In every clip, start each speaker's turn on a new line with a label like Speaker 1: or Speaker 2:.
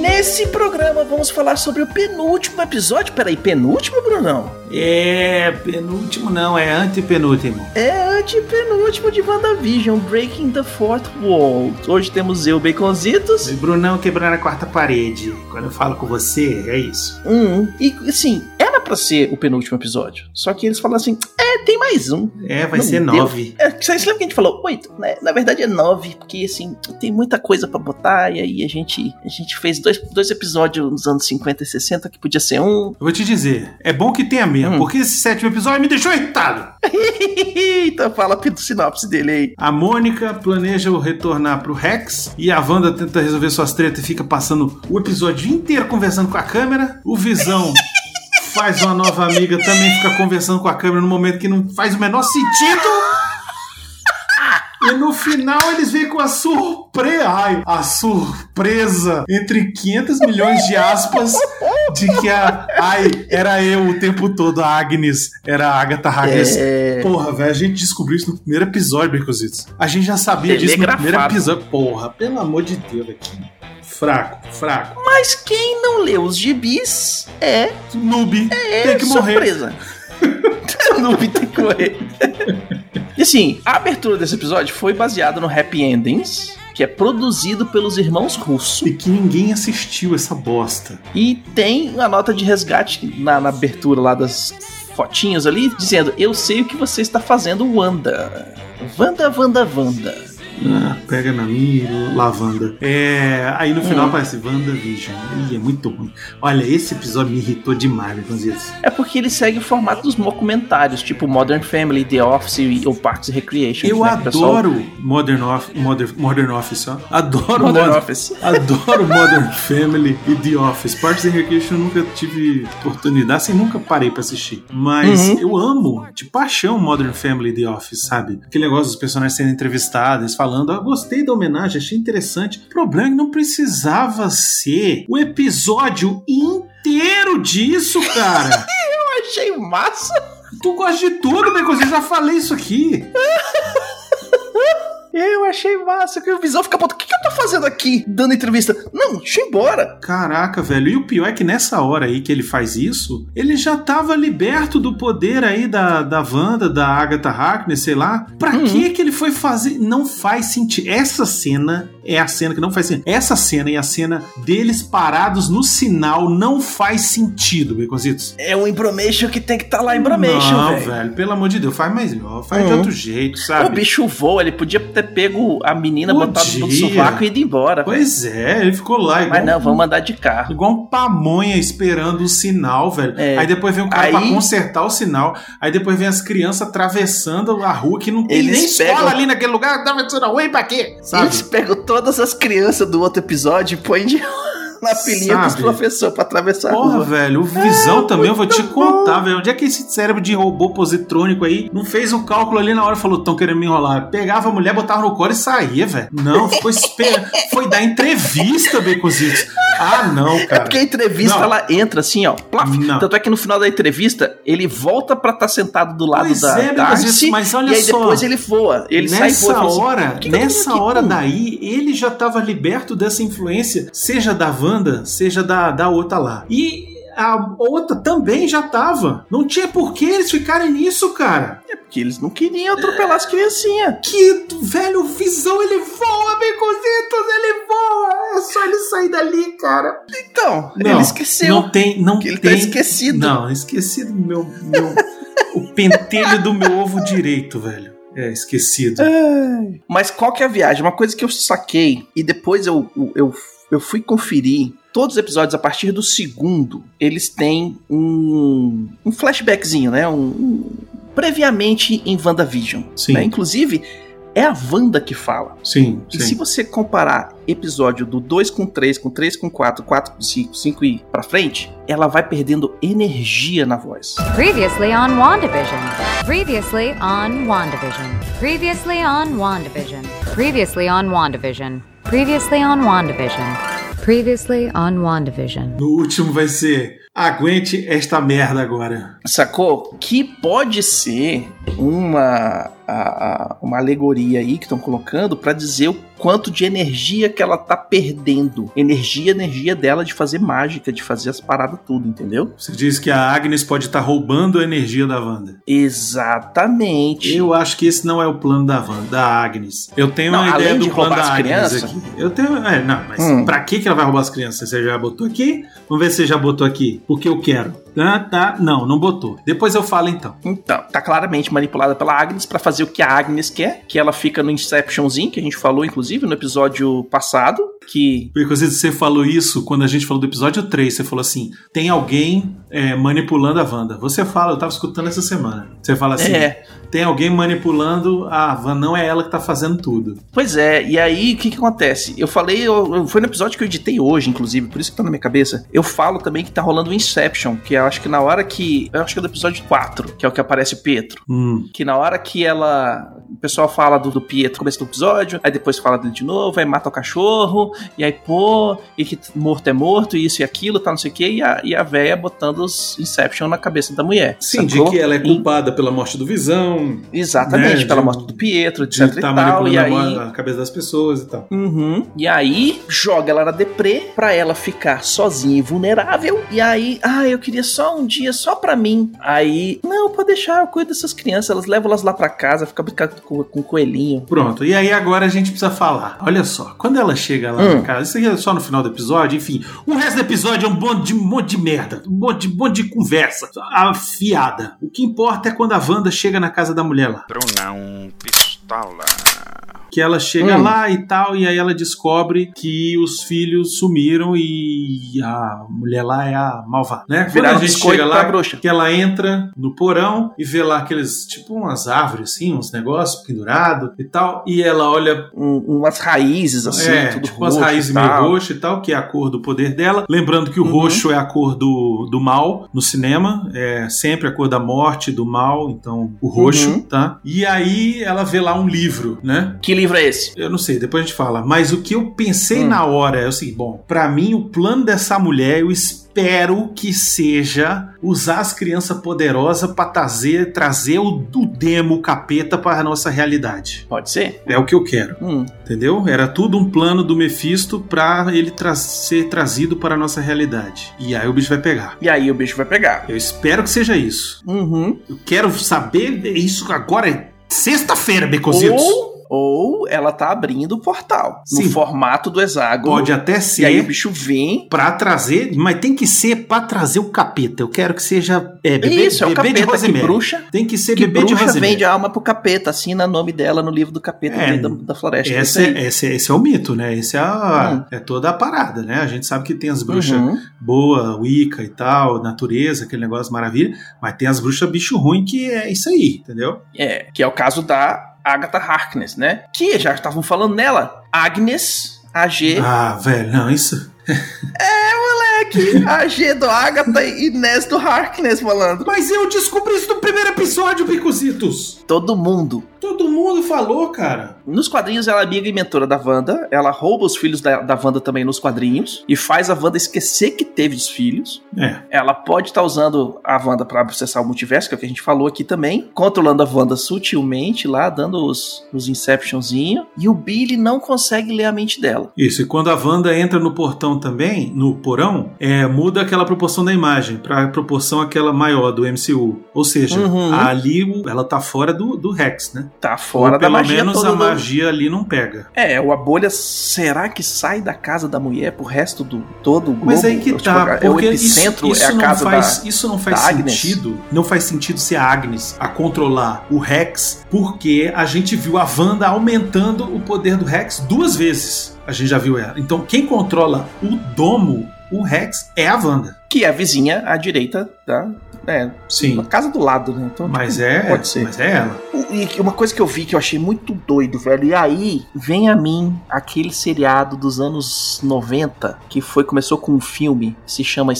Speaker 1: Nesse programa vamos falar sobre o penúltimo episódio. Peraí, penúltimo, Brunão?
Speaker 2: É, penúltimo não, é antepenúltimo.
Speaker 1: É antepenúltimo de WandaVision, Breaking the Fourth Wall. Hoje temos eu, Baconzitos.
Speaker 2: E Brunão quebrando a quarta parede. Quando eu falo com você, é isso.
Speaker 1: Um. E assim, era pra ser o penúltimo episódio. Só que eles falaram assim: é, tem mais um.
Speaker 2: É, vai
Speaker 1: Não
Speaker 2: ser
Speaker 1: deu.
Speaker 2: nove.
Speaker 1: É, você lembra que a gente falou oito, né? Na verdade é nove, porque assim, tem muita coisa pra botar, e aí a gente, a gente fez dois, dois episódios nos anos 50 e 60, que podia ser um.
Speaker 2: Eu vou te dizer, é bom que tenha mesmo,
Speaker 1: Hum.
Speaker 2: porque esse sétimo episódio me deixou irritado.
Speaker 1: Eita, Então fala do sinopse dele aí.
Speaker 2: A Mônica planeja o retornar pro Rex e a Wanda tenta resolver suas tretas e fica passando o episódio inteiro conversando com a câmera. O Visão faz uma nova amiga também fica conversando com a câmera no momento que não faz o menor sentido. E no final eles vêm com a surpresa, ai, a surpresa entre 500 milhões de aspas de que a ai era eu o tempo todo, a Agnes era a Agatha Harkness.
Speaker 1: É.
Speaker 2: Porra, velho, a gente descobriu isso no primeiro episódio, Bercositos. A gente já sabia disso no
Speaker 1: Telegrafado.
Speaker 2: primeiro episódio. Porra, pelo amor de Deus, aqui. Fraco, fraco.
Speaker 1: Mas quem não leu os gibis é,
Speaker 2: Noob,
Speaker 1: é
Speaker 2: tem que morrer.
Speaker 1: surpresa. não tem que morrer. E assim, a abertura desse episódio foi baseada no Happy Endings, que é produzido pelos irmãos Russo.
Speaker 2: E que ninguém assistiu essa bosta.
Speaker 1: E tem a nota de resgate na, na abertura lá das fotinhas ali, dizendo: Eu sei o que você está fazendo, Wanda. Wanda, Wanda, Wanda.
Speaker 2: Ah, pega na minha, lavanda. É, aí no final
Speaker 1: Hum.
Speaker 2: aparece WandaVision. Ih, é muito ruim. Olha, esse episódio me irritou demais, Bercositos.
Speaker 1: É porque ele segue o formato dos documentários, tipo Modern Family, The Office e- ou Parks and Recreation.
Speaker 2: Eu
Speaker 1: né, que o pessoal-
Speaker 2: adoro Modern, Off, Modern, Modern Office, ó. Adoro
Speaker 1: Modern
Speaker 2: Modern
Speaker 1: Office.
Speaker 2: Adoro Modern Family e The Office. Parks and Recreation eu nunca tive oportunidade, assim, nunca parei pra assistir. Mas
Speaker 1: Uhum.
Speaker 2: eu amo, de paixão, Modern Family e The Office, sabe? Aquele negócio dos personagens sendo entrevistados, eles falando, ah, gostei da homenagem, achei interessante. O problema é que não precisava ser o episódio inteiro disso, cara.
Speaker 1: Eu achei massa.
Speaker 2: tu gosta de tudo, Becozinho, eu já falei isso aqui.
Speaker 1: Eu achei massa. Que o visão fica puto. O que, que eu tô fazendo aqui dando entrevista? Não, deixa eu ir embora.
Speaker 2: Caraca, velho. E o pior é que nessa hora aí que ele faz isso, ele já tava liberto do poder aí da, da Wanda, da Agatha Harkness, sei lá. Pra
Speaker 1: Uhum.
Speaker 2: que que ele foi fazer? Não faz sentido. Essa cena é a cena que não faz sentido. Essa cena e a cena deles parados no sinal não faz sentido, Beconzitos.
Speaker 1: É um embromation que tem que estar lá embromation,
Speaker 2: Não,
Speaker 1: velho.
Speaker 2: velho. Pelo amor de Deus. Faz melhor. Faz de
Speaker 1: Uhum.
Speaker 2: outro jeito,
Speaker 1: O
Speaker 2: sabe?
Speaker 1: bicho voa, ele podia ter pego a menina,
Speaker 2: Podia.
Speaker 1: botado no sovaco e ido embora.
Speaker 2: Pois é, ele ficou lá igual
Speaker 1: Mas não, vamos andar de carro.
Speaker 2: Igual um pamonha esperando o sinal, velho.
Speaker 1: É.
Speaker 2: Aí depois vem o cara
Speaker 1: Aí-
Speaker 2: pra consertar o sinal. Aí depois vem as crianças atravessando a rua que não tem
Speaker 1: Eles
Speaker 2: nem escola
Speaker 1: pegam-
Speaker 2: ali naquele lugar. Atravessando a rua e pra quê?
Speaker 1: Eles
Speaker 2: Sabe?
Speaker 1: pegam todas as crianças do outro episódio e põem de... na filhinha dos
Speaker 2: Sabe?
Speaker 1: professores pra atravessar a
Speaker 2: Porra,
Speaker 1: rua.
Speaker 2: velho, o Visão também, eu vou te contar, velho. Onde é que esse cérebro de robô positrônico aí não fez um cálculo ali na hora e falou, tão querendo me enrolar? Pegava a mulher, botava no colo e saía, velho. Não, ficou esperando. Foi dar entrevista, Becositos. Ah, não,
Speaker 1: É
Speaker 2: cara.
Speaker 1: porque a entrevista
Speaker 2: Não.
Speaker 1: ela entra assim, ó. Plaf.
Speaker 2: Não.
Speaker 1: Tanto é que no final da entrevista ele volta pra estar sentado do lado
Speaker 2: Pois
Speaker 1: da,
Speaker 2: é,
Speaker 1: da
Speaker 2: Beconzitos,
Speaker 1: Arce,
Speaker 2: mas olha
Speaker 1: e aí
Speaker 2: só.
Speaker 1: depois ele voa. Ele sai e
Speaker 2: nessa
Speaker 1: voa. e fala assim,
Speaker 2: hora,
Speaker 1: "Por que que eu tô
Speaker 2: nessa
Speaker 1: aqui?"
Speaker 2: hora
Speaker 1: Hum.
Speaker 2: daí, ele já tava liberto dessa influência, seja da Wanda, seja da, da outra lá. E a outra também já tava. Não tinha por que eles ficarem nisso, cara.
Speaker 1: Porque eles não queriam atropelar as criancinhas.
Speaker 2: Que velho visão, ele voa, Beconzitos, ele voa. É só ele sair dali, cara.
Speaker 1: Então,
Speaker 2: Não,
Speaker 1: ele esqueceu.
Speaker 2: Não tem, não
Speaker 1: que ele tá
Speaker 2: tem.
Speaker 1: esquecido.
Speaker 2: não, esquecido meu, meu o pentelho do meu ovo direito, velho. É, esquecido.
Speaker 1: Ai. Mas qual que é a viagem? Uma coisa que eu saquei e depois eu, eu, eu, eu fui conferir. Todos os episódios, a partir do segundo, eles têm um, um flashbackzinho, né? Um, um- previamente em WandaVision.
Speaker 2: Sim.
Speaker 1: né? Inclusive, é a Wanda que fala.
Speaker 2: Sim,
Speaker 1: E se
Speaker 2: sim.
Speaker 1: você comparar episódio do 2 com 3, com 3 com 4, 4 com 5, 5 e pra frente, ela vai perdendo energia na voz.
Speaker 3: Previously on WandaVision. Previously on WandaVision. Previously on WandaVision. Previously on WandaVision. Previously on WandaVision. Previously on WandaVision.
Speaker 2: No último vai ser aguente esta merda agora.
Speaker 1: Sacou? Que pode ser uma, a- a- uma alegoria aí que estão colocando pra dizer o quanto de energia que ela tá perdendo. Energia, energia dela de fazer mágica, de fazer as paradas tudo, entendeu?
Speaker 2: Você diz que a Agnes pode estar roubando a energia da Wanda.
Speaker 1: Exatamente.
Speaker 2: Eu acho que esse não é o plano da Wanda, da Agnes. Eu tenho
Speaker 1: Não,
Speaker 2: uma ideia
Speaker 1: além
Speaker 2: do
Speaker 1: de
Speaker 2: plano
Speaker 1: roubar
Speaker 2: da
Speaker 1: as
Speaker 2: Agnes
Speaker 1: crianças?
Speaker 2: aqui. Eu tenho. É, não, mas
Speaker 1: Hum.
Speaker 2: pra que que ela vai roubar as crianças? Você já botou aqui? Vamos ver se você já botou aqui. Porque eu quero. Tá, tá. Não, não botou. Depois eu falo então.
Speaker 1: Então, tá claramente manipulada pela Agnes pra fazer o que a Agnes quer, que ela fica no Inceptionzinho, que a gente falou, inclusive, no episódio passado, que
Speaker 2: Porque inclusive, você falou isso quando a gente falou do episódio 3. Você falou assim: tem alguém é, manipulando a Wanda. Você fala, eu tava escutando essa semana. Você fala assim:
Speaker 1: É.
Speaker 2: tem alguém manipulando a Wanda, não é ela que tá fazendo tudo.
Speaker 1: Pois é, e aí o que, que acontece? Eu falei, eu- eu- foi no episódio que eu editei hoje, inclusive, por isso que tá na minha cabeça. Eu falo também que tá rolando o Inception, que eu acho que na hora que. Eu acho que é do episódio 4, que é o que aparece o Pietro.
Speaker 2: Hum.
Speaker 1: Que na hora que ela. O pessoal fala do, do Pietro no começo do episódio, aí depois fala dele de novo, aí mata o cachorro, e aí, pô, e que morto é morto, e isso e aquilo, tá não sei o quê, e a, e a véia botando os Inception na cabeça da mulher.
Speaker 2: Sim, de
Speaker 1: sacou?
Speaker 2: que ela é
Speaker 1: E-
Speaker 2: culpada pela morte do Visão,
Speaker 1: Exatamente,
Speaker 2: né,
Speaker 1: pela
Speaker 2: de-
Speaker 1: morte do Pietro,
Speaker 2: de é
Speaker 1: etc.
Speaker 2: estar
Speaker 1: e tal,
Speaker 2: manipulando
Speaker 1: e
Speaker 2: a
Speaker 1: aí.
Speaker 2: mo- a cabeça das pessoas e tal.
Speaker 1: Uhum. E aí, joga ela na deprê pra ela ficar sozinha e vulnerável. E aí, ah, eu queria só um dia, só pra mim. Aí, não, pode deixar, eu cuido dessas crianças. Elas levam elas lá pra casa, fica brincando com, com o coelhinho.
Speaker 2: Pronto, e aí agora a gente precisa falar. Olha só, quando ela chega lá
Speaker 1: Hum.
Speaker 2: na casa, isso aqui é só no final do episódio, enfim. O resto do episódio é um monte de, monte de merda, um monte de, monte de conversa afiada. O que importa é quando a Wanda chega na casa da mulher lá.
Speaker 4: Brunão Pistola.
Speaker 2: Que ela chega
Speaker 1: Hum.
Speaker 2: lá e tal, e aí ela descobre que os filhos sumiram e a mulher lá é a malvada, né? Quando
Speaker 1: Viraram
Speaker 2: a gente
Speaker 1: biscoito
Speaker 2: chega
Speaker 1: pra
Speaker 2: lá,
Speaker 1: bruxa.
Speaker 2: que ela entra no porão e vê lá aqueles, tipo umas árvores assim, uns negócios pendurados e tal, e ela olha
Speaker 1: Um- umas raízes assim,
Speaker 2: é,
Speaker 1: tudo
Speaker 2: tipo as
Speaker 1: roxo e
Speaker 2: raízes
Speaker 1: tal.
Speaker 2: meio roxas e tal, que é a cor do poder dela. Lembrando que o
Speaker 1: Uhum.
Speaker 2: roxo é a cor do, do mal no cinema, é sempre a cor da morte, do mal, então o roxo,
Speaker 1: Uhum.
Speaker 2: tá? E aí ela vê lá um livro, né?
Speaker 1: Que livro é esse?
Speaker 2: Eu não sei, depois a gente fala. Mas o que eu pensei
Speaker 1: Hum.
Speaker 2: na hora é o seguinte: bom, pra mim o plano dessa mulher, eu espero que seja usar as crianças poderosas pra trazer, trazer o, o demo, o capeta pra nossa realidade.
Speaker 1: Pode ser?
Speaker 2: É o que eu quero.
Speaker 1: Hum.
Speaker 2: Entendeu? Era tudo um plano do Mephisto pra ele tra- ser trazido para a nossa realidade. E aí o bicho vai pegar.
Speaker 1: E aí o bicho vai pegar.
Speaker 2: Eu espero que seja isso.
Speaker 1: Uhum.
Speaker 2: Eu quero saber isso agora. é Sexta-feira, Becositos.
Speaker 1: Ou, ou ela tá abrindo o portal
Speaker 2: Sim.
Speaker 1: no formato do hexágono.
Speaker 2: Pode até
Speaker 1: e aí o
Speaker 2: ser
Speaker 1: bicho vem
Speaker 2: pra trazer, mas tem que ser pra trazer o capeta. Eu quero que seja é, bebê,
Speaker 1: Isso, é o
Speaker 2: bebê de
Speaker 1: capeta que
Speaker 2: Rosemary.
Speaker 1: bruxa.
Speaker 2: Tem que ser
Speaker 1: Que
Speaker 2: bebê de
Speaker 1: bruxa
Speaker 2: Rosemary.
Speaker 1: vende a alma pro capeta, assina o nome dela no livro do capeta
Speaker 2: É,
Speaker 1: no meio da, da floresta.
Speaker 2: Essa
Speaker 1: é
Speaker 2: é- esse, é- esse é o mito, né? Esse é, a- é toda a parada, né? A gente sabe que tem as bruxas
Speaker 1: Uhum.
Speaker 2: boa, Wicca e tal, natureza, aquele negócio maravilha, mas tem as bruxas bicho ruim que é isso aí, entendeu?
Speaker 1: É, que é o caso da Agatha Harkness, né? Que já estavam falando nela. Agnes, AG.
Speaker 2: Ah, velho, não, isso.
Speaker 1: É que AG do Agatha e Inés do Harkness, malandro.
Speaker 2: Mas eu descobri isso no primeiro episódio, Picositos!
Speaker 1: Todo mundo.
Speaker 2: Todo mundo falou, cara.
Speaker 1: Nos quadrinhos, ela é amiga e mentora da Wanda. Ela rouba os filhos da, da Wanda também nos quadrinhos. E faz a Wanda esquecer que teve os filhos.
Speaker 2: É.
Speaker 1: Ela pode estar usando a Wanda para processar o multiverso, que é o que a gente falou aqui também, controlando a Wanda sutilmente lá, dando os, os inceptionzinho, e o Billy não consegue ler a mente dela.
Speaker 2: Isso, e quando a Wanda entra no portão também, no porão, é, muda aquela proporção da imagem pra proporção aquela maior do MCU. Ou seja,
Speaker 1: Uhum.
Speaker 2: ali o- ela tá fora do, do Rex, né?
Speaker 1: Tá fora
Speaker 2: Ou
Speaker 1: da
Speaker 2: pelo
Speaker 1: magia
Speaker 2: menos
Speaker 1: toda
Speaker 2: a
Speaker 1: do-
Speaker 2: magia ali não pega.
Speaker 1: É, ou a bolha, será que sai da casa da mulher pro resto do todo o globo?
Speaker 2: Mas aí que
Speaker 1: Tipo,
Speaker 2: tá,
Speaker 1: é o
Speaker 2: porque isso,
Speaker 1: epicentro,
Speaker 2: isso
Speaker 1: é a
Speaker 2: não
Speaker 1: casa
Speaker 2: faz,
Speaker 1: da...
Speaker 2: isso não faz
Speaker 1: da Agnes.
Speaker 2: sentido. Não faz sentido ser a Agnes a controlar o Rex, porque a gente viu a Wanda aumentando o poder do Rex duas vezes. A gente já viu ela. Então quem controla o domo o Rex é a Wanda.
Speaker 1: Que é a vizinha à direita da. É,
Speaker 2: Sim.
Speaker 1: a casa do lado, né? Então,
Speaker 2: Mas
Speaker 1: tipo,
Speaker 2: é,
Speaker 1: Pode ser.
Speaker 2: mas é ela.
Speaker 1: O- E uma coisa que eu vi que eu achei muito doido, velho. E aí, vem a mim aquele seriado dos anos 90 que foi começou com um filme que se chama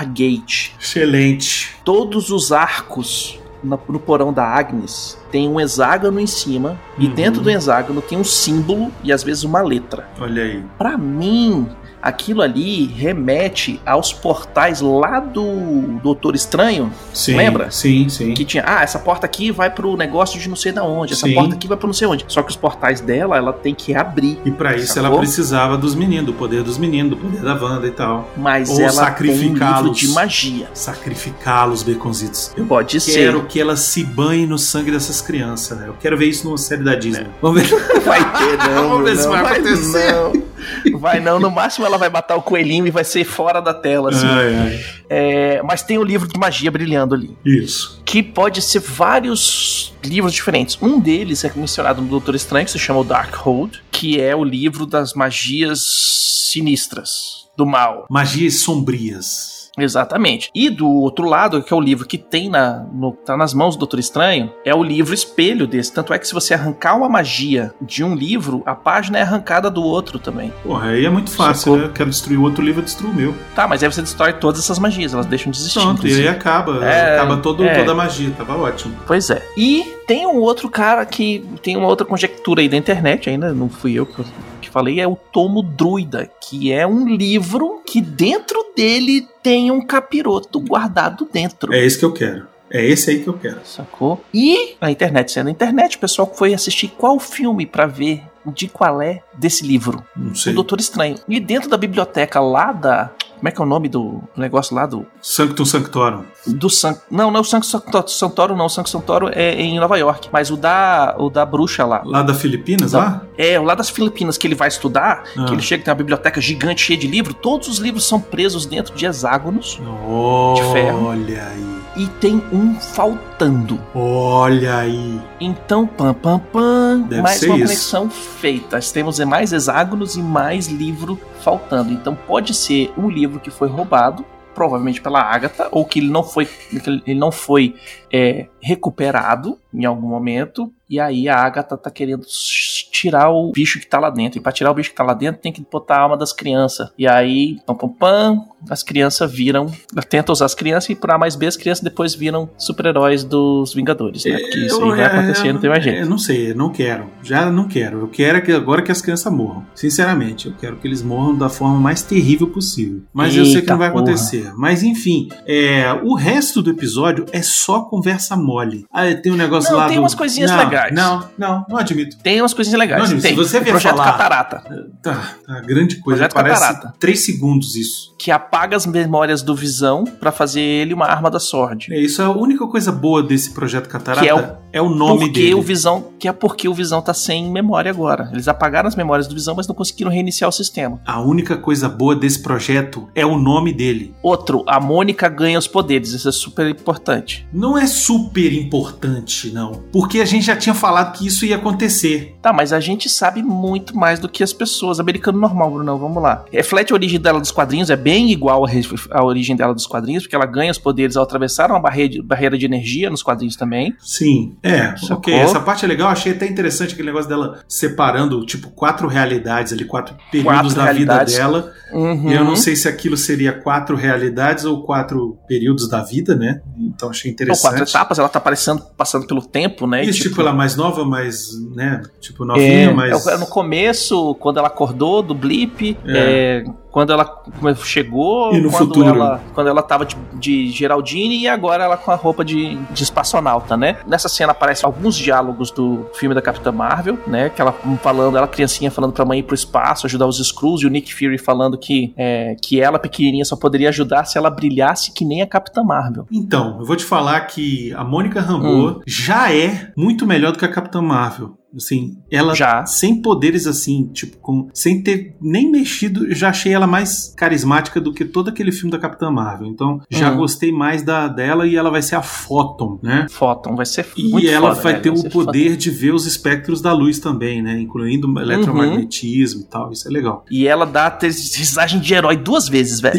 Speaker 1: Stargate.
Speaker 2: Excelente.
Speaker 1: Todos os arcos na- no porão da Agnes tem um hexágono em cima e
Speaker 2: Uhum.
Speaker 1: dentro do hexágono tem um símbolo e às vezes uma letra.
Speaker 2: Olha aí.
Speaker 1: Pra mim, aquilo ali remete aos portais lá do Doutor Estranho
Speaker 2: Sim,
Speaker 1: Lembra?
Speaker 2: Sim, sim.
Speaker 1: que tinha, ah, essa porta aqui vai pro negócio de não sei da onde, essa
Speaker 2: Sim.
Speaker 1: porta aqui vai pro não sei onde. Só que os portais dela, ela tem que abrir,
Speaker 2: E pra isso
Speaker 1: Sacou?
Speaker 2: ela precisava dos meninos, do poder dos meninos, do poder da Wanda e tal.
Speaker 1: mas
Speaker 2: Ou
Speaker 1: ela tem um livro
Speaker 2: sacrificá-los.
Speaker 1: de magia.
Speaker 2: Sacrificá-los, Beconzitos. Eu
Speaker 1: Pode
Speaker 2: quero que ela se banhe no sangue dessas crianças, né? Eu quero ver isso numa série da Disney.
Speaker 1: É.
Speaker 2: Vamos ver.
Speaker 1: ser. Vai ter, não.
Speaker 2: Vamos ver
Speaker 1: não,
Speaker 2: se vai acontecer.
Speaker 1: Não. Vai não, no máximo ela vai matar o coelhinho e vai ser fora da tela, assim.
Speaker 2: Ai, ai.
Speaker 1: É, mas tem o livro de magia brilhando ali.
Speaker 2: Isso.
Speaker 1: Que pode ser vários livros diferentes. Um deles é mencionado no Doutor Estranho, que se chama o Darkhold, que é o livro das magias sinistras, do mal.
Speaker 2: Magias sombrias.
Speaker 1: Exatamente. E do outro lado, que é o livro que tem na, no, tá nas mãos do Doutor Estranho, é o livro espelho desse. Tanto é que se você arrancar uma magia de um livro, a página é arrancada do outro também.
Speaker 2: Porra, aí é muito fácil,
Speaker 1: Socorro.
Speaker 2: né? Eu quero destruir o outro livro, eu destruo o meu.
Speaker 1: Tá, mas aí você destrói todas essas magias, elas deixam de existir.
Speaker 2: Pronto,
Speaker 1: inclusive.
Speaker 2: e aí acaba.
Speaker 1: É,
Speaker 2: acaba todo,
Speaker 1: é.
Speaker 2: toda a magia. Tava ótimo.
Speaker 1: Pois é. E tem um outro cara que tem uma outra conjectura aí da internet, ainda não fui eu que, que falei, é o Tomo Druida, que é um livro que dentro dele tem um capiroto guardado dentro.
Speaker 2: É esse que eu quero. É esse aí que eu quero.
Speaker 1: Sacou? E a internet sendo a internet, o pessoal foi assistir qual filme pra ver de qual é desse livro.
Speaker 2: Não
Speaker 1: O
Speaker 2: sei.
Speaker 1: Doutor Estranho. E dentro da biblioteca lá da. Como é que é o nome do negócio lá do.
Speaker 2: Sanctum Sanctorum.
Speaker 1: Do San... Não, não é o Santo Santoro, não. O Santo Santoro é em Nova York. Mas o da. O da bruxa lá.
Speaker 2: Lá da Filipinas,
Speaker 1: Não.
Speaker 2: lá?
Speaker 1: É, o lá das Filipinas que ele vai estudar,
Speaker 2: Ah.
Speaker 1: que ele chega, tem uma biblioteca gigante cheia de livro. Todos os livros são presos dentro de hexágonos. De ferro.
Speaker 2: Olha aí.
Speaker 1: E tem um faltando.
Speaker 2: Olha aí.
Speaker 1: Então, pam, pam, pam,
Speaker 2: Deve
Speaker 1: mais
Speaker 2: ser
Speaker 1: uma
Speaker 2: isso.
Speaker 1: conexão feita. Temos mais hexágonos e mais livro faltando. Então, pode ser um livro que foi roubado, provavelmente pela Agatha, ou que ele não foi, que ele não foi é, recuperado em algum momento. E aí a Agatha tá querendo s- tirar o bicho que tá lá dentro. E pra tirar o bicho que tá lá dentro, tem que botar a alma das crianças. E aí, pam, pam, pam, as crianças viram. Tenta usar as crianças e por A mais B, as crianças depois viram super-heróis dos Vingadores, né? Porque isso aí
Speaker 2: Eu-
Speaker 1: vai
Speaker 2: é,
Speaker 1: acontecer, não tem mais jeito.
Speaker 2: Eu não sei, eu não quero. Já não quero. Eu quero é que agora que as crianças morram. Sinceramente, eu quero que eles morram da forma mais terrível possível. Mas eu sei que
Speaker 1: Eita
Speaker 2: não vai
Speaker 1: porra.
Speaker 2: acontecer. Mas enfim, é, o resto do episódio é só conversa mole. Ah, tem um negócio
Speaker 1: Não,
Speaker 2: lá
Speaker 1: tem
Speaker 2: do-
Speaker 1: umas coisinhas
Speaker 2: Não,
Speaker 1: legais.
Speaker 2: Não, não, não admito.
Speaker 1: Tem umas coisinhas legais.
Speaker 2: Não, se
Speaker 1: tem.
Speaker 2: você vier
Speaker 1: Projeto
Speaker 2: falar-
Speaker 1: Catarata,
Speaker 2: Tá, tá grande coisa.
Speaker 1: Projeto
Speaker 2: Parece
Speaker 1: Catarata.
Speaker 2: três segundos isso.
Speaker 1: que apaga as memórias do Visão pra fazer ele uma arma da sorte.
Speaker 2: É, isso é a única coisa boa desse projeto Catarata.
Speaker 1: Que é
Speaker 2: é
Speaker 1: o-
Speaker 2: o, nome
Speaker 1: porque
Speaker 2: dele.
Speaker 1: o Visão, que é porque o Visão tá sem memória agora. Eles apagaram as memórias do Visão, mas não conseguiram reiniciar o sistema.
Speaker 2: A única coisa boa desse projeto é o nome dele.
Speaker 1: Outro, a Mônica ganha os poderes, isso é super importante.
Speaker 2: Não é super importante, não. Porque a gente já tinha falado que isso ia acontecer.
Speaker 1: Tá, mas a gente sabe muito mais do que as pessoas. Americano normal, Brunão, vamos lá. Reflete a origem dela dos quadrinhos, é bem igual a re- a origem dela dos quadrinhos, porque ela ganha os poderes ao atravessar uma barreira de, barreira de energia nos quadrinhos também.
Speaker 2: Sim. É,
Speaker 1: Sacou?
Speaker 2: ok. Essa parte é legal. Achei até interessante aquele negócio dela separando, tipo, quatro realidades ali, quatro períodos da
Speaker 1: realidades.
Speaker 2: vida dela.
Speaker 1: Uhum.
Speaker 2: E eu não sei se aquilo seria quatro realidades ou quatro períodos da vida, né? Então achei
Speaker 1: Ou quatro
Speaker 2: interessante.
Speaker 1: etapas, ela tá aparecendo, passando pelo tempo, né? E,
Speaker 2: Isso, tipo, ela mais nova, mais, né? Tipo,
Speaker 1: é,
Speaker 2: novinha, mas.
Speaker 1: é, no começo, quando ela acordou do blip, é, quando ela come- chegou,
Speaker 2: E no
Speaker 1: quando,
Speaker 2: futuro?
Speaker 1: Ela, quando ela tava de, de Geraldine e agora ela com a roupa de, de espaçonauta, né? Nessa cena aparecem alguns diálogos do filme da Capitã Marvel, né? Que ela falando, ela criancinha falando pra mãe ir pro espaço, ajudar os Skrulls, e o Nick Fury falando que, é, que ela pequenininha só poderia ajudar se ela brilhasse que nem a Capitã Marvel. Hum.
Speaker 2: Então, eu vou te falar que a Mônica Rambeau já é muito melhor do que a Capitã Marvel. Assim, ela
Speaker 1: Já.
Speaker 2: sem poderes assim, tipo, com, sem ter nem mexido, eu já achei ela mais carismática do que todo aquele filme da Capitã Marvel. Então, já
Speaker 1: Uhum.
Speaker 2: gostei mais da dela e ela vai ser a Photon, né?
Speaker 1: Fóton, vai ser
Speaker 2: E
Speaker 1: muito
Speaker 2: ela
Speaker 1: foda,
Speaker 2: vai
Speaker 1: velho,
Speaker 2: ter o
Speaker 1: ser
Speaker 2: poder de ver os espectros da luz também, né? Incluindo o eletromagnetismo e tal. Isso é legal.
Speaker 1: foda. E ela dá a design de herói duas vezes, velho.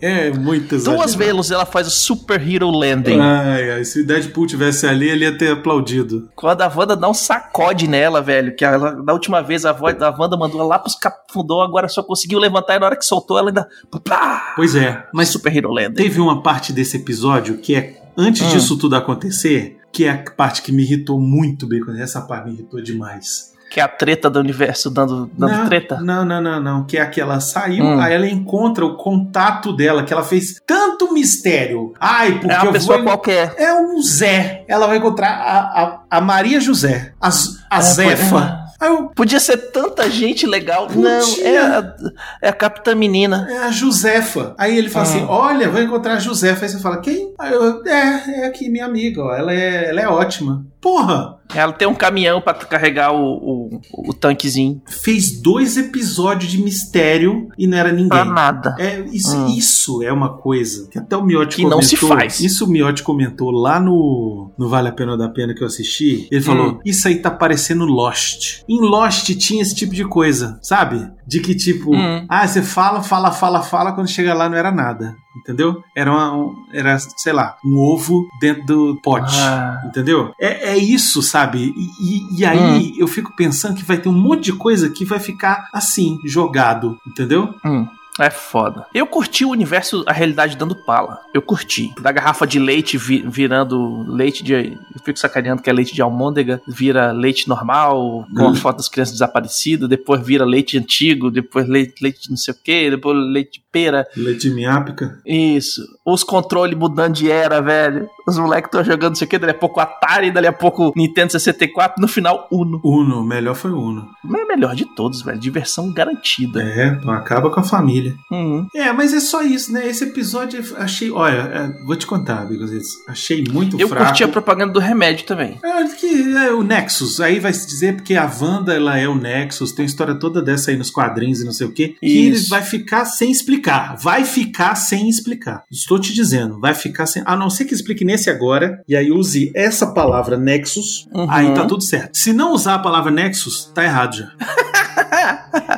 Speaker 2: É, muitas
Speaker 1: duas vezes ela faz o Super Hero Landing.
Speaker 2: Ai, ai, se o Deadpool tivesse ali, ele ia ter aplaudido.
Speaker 1: Quando a Wanda dá um sacode nela, velho. Que ela, da última vez a, voz, a Wanda mandou ela lá pros capundó, agora só conseguiu levantar e na hora que soltou ela ainda. Pá!
Speaker 2: Pois é, mas
Speaker 1: Mas Super Hero Landing.
Speaker 2: teve uma parte desse episódio que é antes
Speaker 1: Hum.
Speaker 2: disso tudo acontecer, que é a parte que me irritou muito, Bacon. Essa parte me irritou demais.
Speaker 1: Que é a treta do universo dando, dando
Speaker 2: não,
Speaker 1: treta.
Speaker 2: Não, não, não, não. Que é aquela saiu,
Speaker 1: Hum.
Speaker 2: aí ela encontra o contato dela, que ela fez tanto mistério. Ai, porque
Speaker 1: é
Speaker 2: eu
Speaker 1: uma pessoa
Speaker 2: vou.
Speaker 1: qualquer.
Speaker 2: É um Zé. Ela vai encontrar a, a, a Maria José, a, Z- a
Speaker 1: É,
Speaker 2: Zefa. Aí eu,
Speaker 1: Podia ser tanta gente legal.
Speaker 2: Podia.
Speaker 1: Não, é a, é a Capitã Menina.
Speaker 2: É a Josefa. Aí ele fala
Speaker 1: Ah.
Speaker 2: assim: Olha, vou encontrar a Josefa. Aí você fala: Quem? Aí eu, é, é aqui, minha amiga. Ó. Ela, é, ela é ótima. Porra!
Speaker 1: Ela tem um caminhão pra carregar o, o, o tanquezinho.
Speaker 2: Fez dois episódios de mistério e não era ninguém.
Speaker 1: Pra nada.
Speaker 2: É, isso,
Speaker 1: Hum.
Speaker 2: isso é uma coisa que até o Miotti
Speaker 1: Que
Speaker 2: comentou.
Speaker 1: não se faz.
Speaker 2: Isso o Miotti comentou lá no, no Vale a Pena ou da Pena que eu assisti.
Speaker 1: Hum.
Speaker 2: Ele falou: Isso aí tá parecendo Lost. Em Lost tinha esse tipo de coisa, sabe? De que tipo,
Speaker 1: Hum.
Speaker 2: ah, você fala, fala, fala, fala, quando chega lá não era nada. Entendeu? Era, uma, um- era sei lá, um ovo dentro do pote.
Speaker 1: Ah.
Speaker 2: Entendeu? É, é isso, sabe? E, e- e aí
Speaker 1: Hum.
Speaker 2: eu fico pensando que vai ter um monte de coisa que vai ficar assim, jogado, entendeu?
Speaker 1: Hum, é foda. Eu curti o universo, a realidade dando pala. Eu curti. Da garrafa de leite vi- virando leite de. Eu fico sacaneando que é leite de almôndega, vira leite normal,
Speaker 2: Hum.
Speaker 1: com a foto das crianças desaparecidas, depois vira leite antigo, depois leite, leite de não sei o que, depois leite de pera.
Speaker 2: Leite miápica.
Speaker 1: Isso. Os controles mudando de era, velho. Os moleques estão jogando não sei o que, dali a pouco Atari, dali a pouco Nintendo 64, no final Uno.
Speaker 2: Uno, melhor foi Uno.
Speaker 1: Mas é o melhor de todos, velho. Diversão garantida.
Speaker 2: É, então acaba com a família.
Speaker 1: Uhum.
Speaker 2: É, mas é só isso, né? Esse episódio eu achei. Olha, é, vou te contar, Bigozitos. Achei muito
Speaker 1: Eu
Speaker 2: fraco.
Speaker 1: curti a propaganda do remédio também.
Speaker 2: É, que é o Nexus, aí vai se dizer porque a Wanda ela é o Nexus, tem história toda dessa aí nos quadrinhos e não sei o quê, que
Speaker 1: Isso.
Speaker 2: ele vai ficar sem explicar, vai ficar sem explicar. Estou te dizendo, vai ficar sem, a não ser que explique nesse agora e aí use essa palavra Nexus,
Speaker 1: Uhum.
Speaker 2: aí tá tudo certo. Se não usar a palavra Nexus, tá errado já.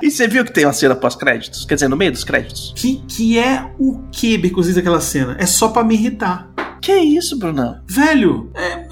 Speaker 1: E você viu que tem uma cena pós-créditos? Quer dizer, no meio dos créditos?
Speaker 2: Que, que é o que, Bicozinho, daquela cena? É só pra me irritar.
Speaker 1: Que isso, Brunão?
Speaker 2: Velho, é,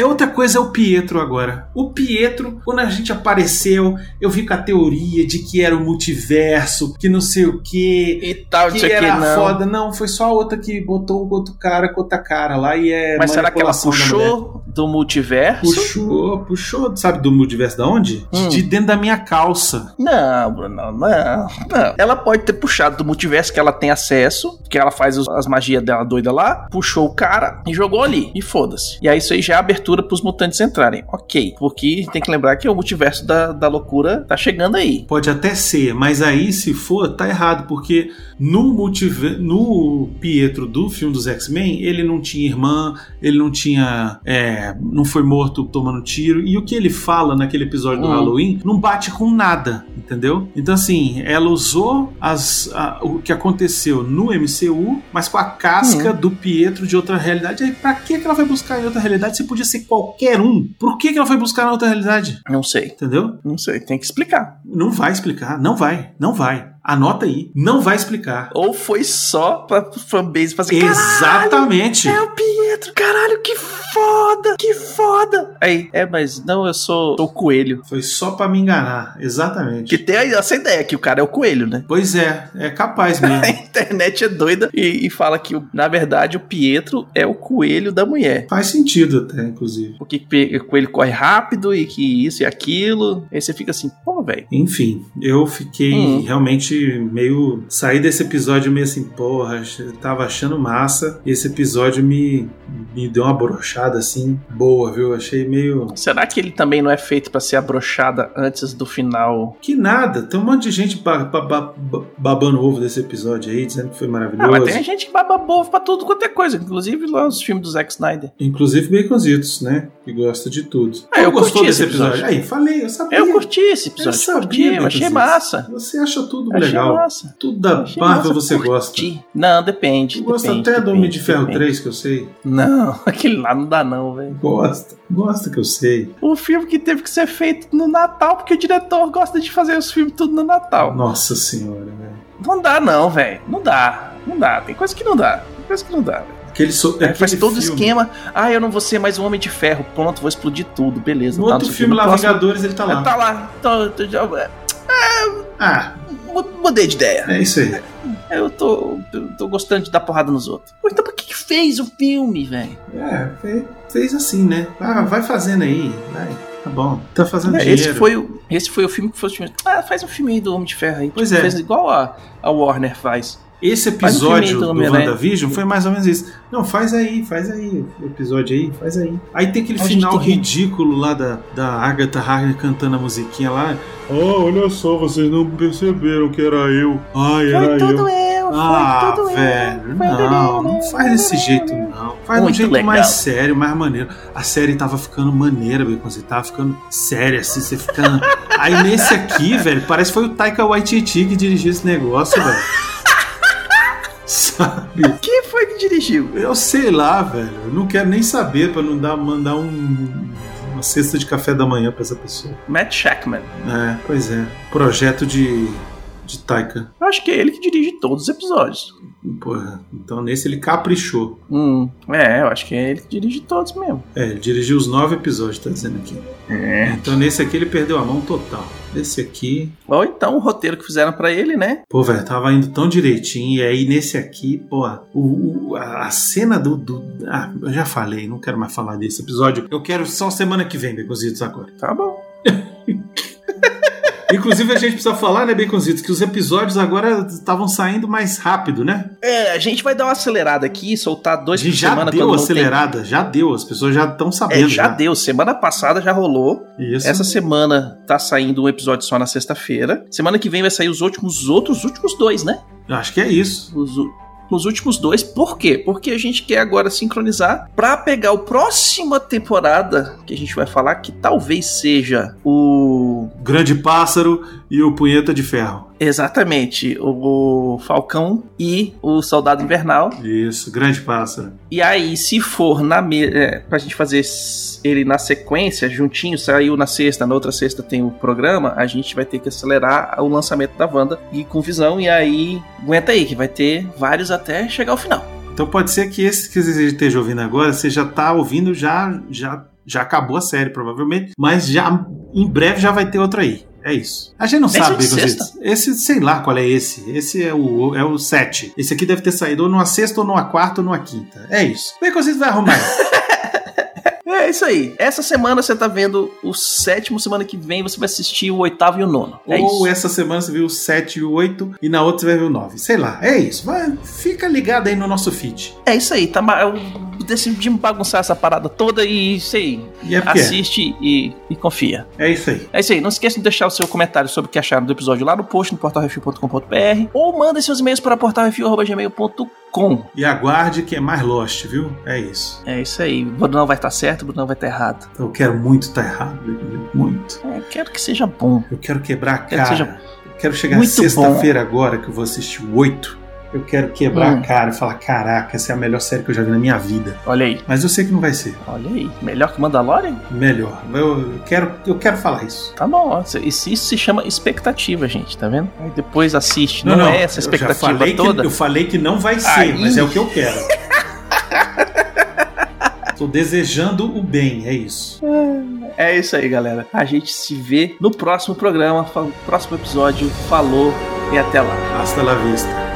Speaker 2: é outra coisa, é o Pietro agora. O Pietro, quando a gente apareceu, eu vi com a teoria de que era o multiverso, que não sei o quê,
Speaker 1: E tal, não
Speaker 2: que
Speaker 1: sei o que,
Speaker 2: era
Speaker 1: não.
Speaker 2: foda. Não, foi só a outra que botou o outro cara com outra cara lá e é.
Speaker 1: Mas será que ela
Speaker 2: manipulação da mulher.
Speaker 1: puxou do multiverso?
Speaker 2: Puxou, puxou, sabe do multiverso da onde?
Speaker 1: Hum.
Speaker 2: De dentro da minha calça.
Speaker 1: Não, Brunão, não, não. Ela pode ter puxado do multiverso que ela tem acesso, que ela faz os- as magias dela doida lá, puxou o cara e jogou ali. E foda-se. E aí isso aí já é abertura pros mutantes entrarem. Ok. Porque tem que lembrar que o multiverso da, da loucura tá chegando aí.
Speaker 2: Pode até ser, mas aí se for, tá errado, porque no multiver... no Pietro do filme dos X-Men, ele não tinha irmã, ele não tinha. é, não foi morto tomando tiro, e o que ele fala naquele episódio do
Speaker 1: Hum.
Speaker 2: Halloween não bate com nada, entendeu? Então, assim, ela usou as, a- o que aconteceu no MCU, mas com a casca do Pietro de outra realidade. Aí, pra que que ela foi buscar em outra realidade se podia ser qualquer um? Por que, que ela foi buscar na outra realidade?
Speaker 1: Não sei.
Speaker 2: Entendeu?
Speaker 1: Não sei. Tem que explicar.
Speaker 2: Não vai explicar, não vai, não vai. Anota aí, não vai explicar.
Speaker 1: Ou foi só pra fanbase fazer.
Speaker 2: Exatamente.
Speaker 1: É o Pietro, caralho, que foda, que foda. Aí, é, mas não, eu sou, sou o coelho.
Speaker 2: Foi só pra me enganar,
Speaker 1: Que
Speaker 2: exatamente.
Speaker 1: tem aí essa ideia que o cara é o coelho, né?
Speaker 2: Pois é, é capaz
Speaker 1: A
Speaker 2: mesmo.
Speaker 1: internet é doida e, e fala que, o- na verdade, o Pietro é o coelho da mulher.
Speaker 2: Faz sentido até, inclusive.
Speaker 1: Porque pe- o coelho corre rápido e que isso e aquilo. Aí você fica assim, pô, velho.
Speaker 2: Enfim, eu fiquei
Speaker 1: Hum.
Speaker 2: realmente meio. Saí desse episódio meio assim, porra, ach- tava achando massa. E esse episódio me me deu uma brochada assim, boa, viu? Achei meio.
Speaker 1: Será que ele também não é feito pra ser abrochada antes do final?
Speaker 2: Que nada, tem um monte de gente ba- ba- ba- ba- babando ovo desse episódio aí, dizendo que foi
Speaker 1: Ah,
Speaker 2: maravilhoso.
Speaker 1: mas tem gente que baba bovo pra tudo quanto é coisa, inclusive lá os filmes do Zack Snyder.
Speaker 2: Inclusive Baconzitos, né? Que gosta de tudo.
Speaker 1: Ah, eu
Speaker 2: Como gostou
Speaker 1: curti
Speaker 2: desse
Speaker 1: esse
Speaker 2: episódio?
Speaker 1: episódio.
Speaker 2: Aí, falei, eu sabia.
Speaker 1: Eu curti esse episódio,
Speaker 2: Eu sabia,
Speaker 1: curti, eu
Speaker 2: Beto
Speaker 1: achei
Speaker 2: Ziz.
Speaker 1: massa.
Speaker 2: Você acha tudo
Speaker 1: Achei
Speaker 2: legal.
Speaker 1: massa.
Speaker 2: Tudo da
Speaker 1: Achei
Speaker 2: Marvel
Speaker 1: massa,
Speaker 2: você gosta.
Speaker 1: curti. Não, depende.
Speaker 2: Tu gosta
Speaker 1: depende,
Speaker 2: até do Homem de
Speaker 1: depende,
Speaker 2: Ferro
Speaker 1: depende.
Speaker 2: 3, que eu sei.
Speaker 1: Não, aquele lá não dá não, velho.
Speaker 2: Gosta, gosta que eu sei.
Speaker 1: Um filme que teve que ser feito no Natal, porque o diretor gosta de fazer os filmes tudo no Natal.
Speaker 2: Nossa senhora, velho.
Speaker 1: Não dá não, velho. Não dá. Não dá. Tem coisa que não dá. Tem coisa que não dá, velho.
Speaker 2: Aquele, so...
Speaker 1: Aí É faz
Speaker 2: aquele
Speaker 1: todo o
Speaker 2: filme.
Speaker 1: esquema. Ah, eu não vou ser mais um homem de ferro. Pronto, vou explodir tudo. Beleza.
Speaker 2: No
Speaker 1: tá,
Speaker 2: outro
Speaker 1: não sei o quê.
Speaker 2: filme
Speaker 1: No
Speaker 2: lá,
Speaker 1: próximo-
Speaker 2: Vingadores, ele tá lá.
Speaker 1: Ah, Tá lá. Tô- tô- já- é,
Speaker 2: Ah,
Speaker 1: mu- mudei de ideia.
Speaker 2: é isso aí.
Speaker 1: Eu tô, eu tô gostando de dar porrada nos outros. Pô, Então por que, que fez o filme, velho?
Speaker 2: É, fe- fez assim, né? Ah, vai fazendo aí, vai. Tá bom. Tá fazendo
Speaker 1: É,
Speaker 2: dinheiro.
Speaker 1: esse, foi o, esse foi o filme que foi o filme. Ah, faz um filme aí do Homem de Ferro aí.
Speaker 2: Pois
Speaker 1: Tipo,
Speaker 2: é.
Speaker 1: Fez igual a, a Warner faz.
Speaker 2: Esse
Speaker 1: Faz um filme aí
Speaker 2: episódio
Speaker 1: do
Speaker 2: do
Speaker 1: Homem-Aranha.
Speaker 2: WandaVision foi mais ou menos isso. Não, faz aí, faz aí o episódio aí, faz aí. Aí tem aquele
Speaker 1: A gente
Speaker 2: final
Speaker 1: tem que-
Speaker 2: ridículo lá da, da Agatha Harkness cantando a musiquinha lá. Oh, olha só, vocês não perceberam que era eu. Ai,
Speaker 1: Foi
Speaker 2: era eu.
Speaker 1: tudo eu, foi
Speaker 2: Ah,
Speaker 1: tudo
Speaker 2: velho,
Speaker 1: eu. foi tudo
Speaker 2: não,
Speaker 1: eu,
Speaker 2: não
Speaker 1: né?
Speaker 2: faz desse jeito não. Faz de um
Speaker 1: Muito
Speaker 2: jeito
Speaker 1: legal.
Speaker 2: mais sério, mais maneiro. A série tava ficando maneira, velho, quando você tava ficando séria assim, você ficando... Aí nesse aqui, velho, parece que foi o Taika Waititi que dirigiu esse negócio, velho. Sabe?
Speaker 1: Quem foi que dirigiu?
Speaker 2: Eu sei lá, velho. Eu não quero nem saber pra não dar, mandar um- uma cesta de café da manhã pra essa pessoa.
Speaker 1: Matt Shackman.
Speaker 2: É, pois é. Projeto de, de Taika.
Speaker 1: Eu acho que é ele que dirige todos os episódios.
Speaker 2: Porra. Então nesse ele caprichou.
Speaker 1: Hum, é, eu acho que é ele que dirige todos mesmo.
Speaker 2: É, ele dirigiu os nove episódios, tá dizendo aqui.
Speaker 1: É.
Speaker 2: Então nesse aqui ele perdeu a mão total. Esse aqui.
Speaker 1: Ou então o roteiro que fizeram pra ele, né?
Speaker 2: Pô, velho, tava indo tão direitinho. E aí nesse aqui, pô, o, o- a a cena do, do- Ah, eu já falei, não quero mais falar desse episódio. Eu quero só semana que vem, Becozitos, agora.
Speaker 1: Tá bom.
Speaker 2: Inclusive, a gente precisa falar, né, Baconzitos, que os episódios agora estavam saindo mais rápido, né?
Speaker 1: É, a gente vai dar uma acelerada aqui, soltar
Speaker 2: A
Speaker 1: dois por
Speaker 2: gente já
Speaker 1: semana
Speaker 2: deu
Speaker 1: quando não tem-
Speaker 2: acelerada, já deu, as pessoas já estão sabendo. né?
Speaker 1: É, já deu. Semana passada já rolou.
Speaker 2: Isso.
Speaker 1: Essa semana tá saindo um episódio só na sexta-feira. Semana que vem vai sair os últimos os outros, os últimos dois, né?
Speaker 2: Eu acho que é isso.
Speaker 1: Os, u- os últimos dois. Por quê? Porque a gente quer agora sincronizar pra pegar o próxima temporada que a gente vai falar, que talvez seja o
Speaker 2: Grande Pássaro e o Punheta de Ferro.
Speaker 1: Exatamente, o, o Falcão e o Soldado Invernal.
Speaker 2: Isso, Grande Pássaro.
Speaker 1: E aí, se for na me é, pra gente fazer s- ele na sequência, juntinho, saiu na sexta, na outra sexta tem o programa, a gente vai ter que acelerar o lançamento da Wanda e com visão, e aí aguenta aí, que vai ter vários até chegar ao final.
Speaker 2: Então pode ser que esse que você esteja ouvindo agora, você já tá ouvindo, já, já, já acabou a série, provavelmente, mas já em breve já vai ter outro aí. É isso. A gente não
Speaker 1: Esse é
Speaker 2: sabe,
Speaker 1: o de
Speaker 2: Baconzitos. Esse, sei lá qual é esse. Esse é o, é o 7. Esse aqui deve ter saído ou numa sexta, ou numa quarta, ou numa quinta. É isso. Baconzitos vai arrumar.
Speaker 1: É isso aí. Essa semana você tá vendo o sétimo, semana que vem você vai assistir o oitavo e o nono. É isso.
Speaker 2: ou essa semana você viu o 7 e o 8, e na outra você vai ver o 9. Sei lá. É isso. Vai, fica ligado aí no nosso feed.
Speaker 1: É isso aí, tá, ma- eu decidi bagunçar essa parada toda e isso aí.
Speaker 2: E é porque é.
Speaker 1: Assiste e, e confia.
Speaker 2: É isso aí.
Speaker 1: É isso aí. Não se esqueça de deixar o seu comentário sobre o que acharam do episódio lá no post no portalrefil.com.br ou mandem seus e-mails para portalrefil.gmail.com.
Speaker 2: E aguarde que é mais Lost, viu? É isso.
Speaker 1: É isso aí. O Brunão vai estar certo, o Brunão vai estar errado.
Speaker 2: Eu quero muito estar errado, muito.
Speaker 1: É, quero que seja bom.
Speaker 2: Eu quero quebrar a cara.
Speaker 1: Quero que É, seja-
Speaker 2: Eu quero chegar
Speaker 1: Muito
Speaker 2: sexta-feira agora que eu vou assistir o 8. Eu quero quebrar
Speaker 1: Hum.
Speaker 2: a cara e falar: caraca, essa é a melhor série que eu já vi na minha vida.
Speaker 1: Olha aí.
Speaker 2: Mas eu sei que não vai ser.
Speaker 1: Olha aí. Melhor que Mandalorian?
Speaker 2: Melhor. Eu eu quero, eu quero falar isso.
Speaker 1: Tá bom. ó. Isso, isso se chama expectativa, gente. Tá vendo? Aí depois assiste. Não, é essa
Speaker 2: eu já
Speaker 1: expectativa
Speaker 2: falei que-
Speaker 1: toda.
Speaker 2: eu falei que não vai ser,
Speaker 1: Aí.
Speaker 2: mas é o que eu quero. Tô desejando o bem, é isso.
Speaker 1: É isso aí, galera. A gente se vê no próximo programa, fa- próximo episódio. Falou e até lá.
Speaker 2: Hasta la vista.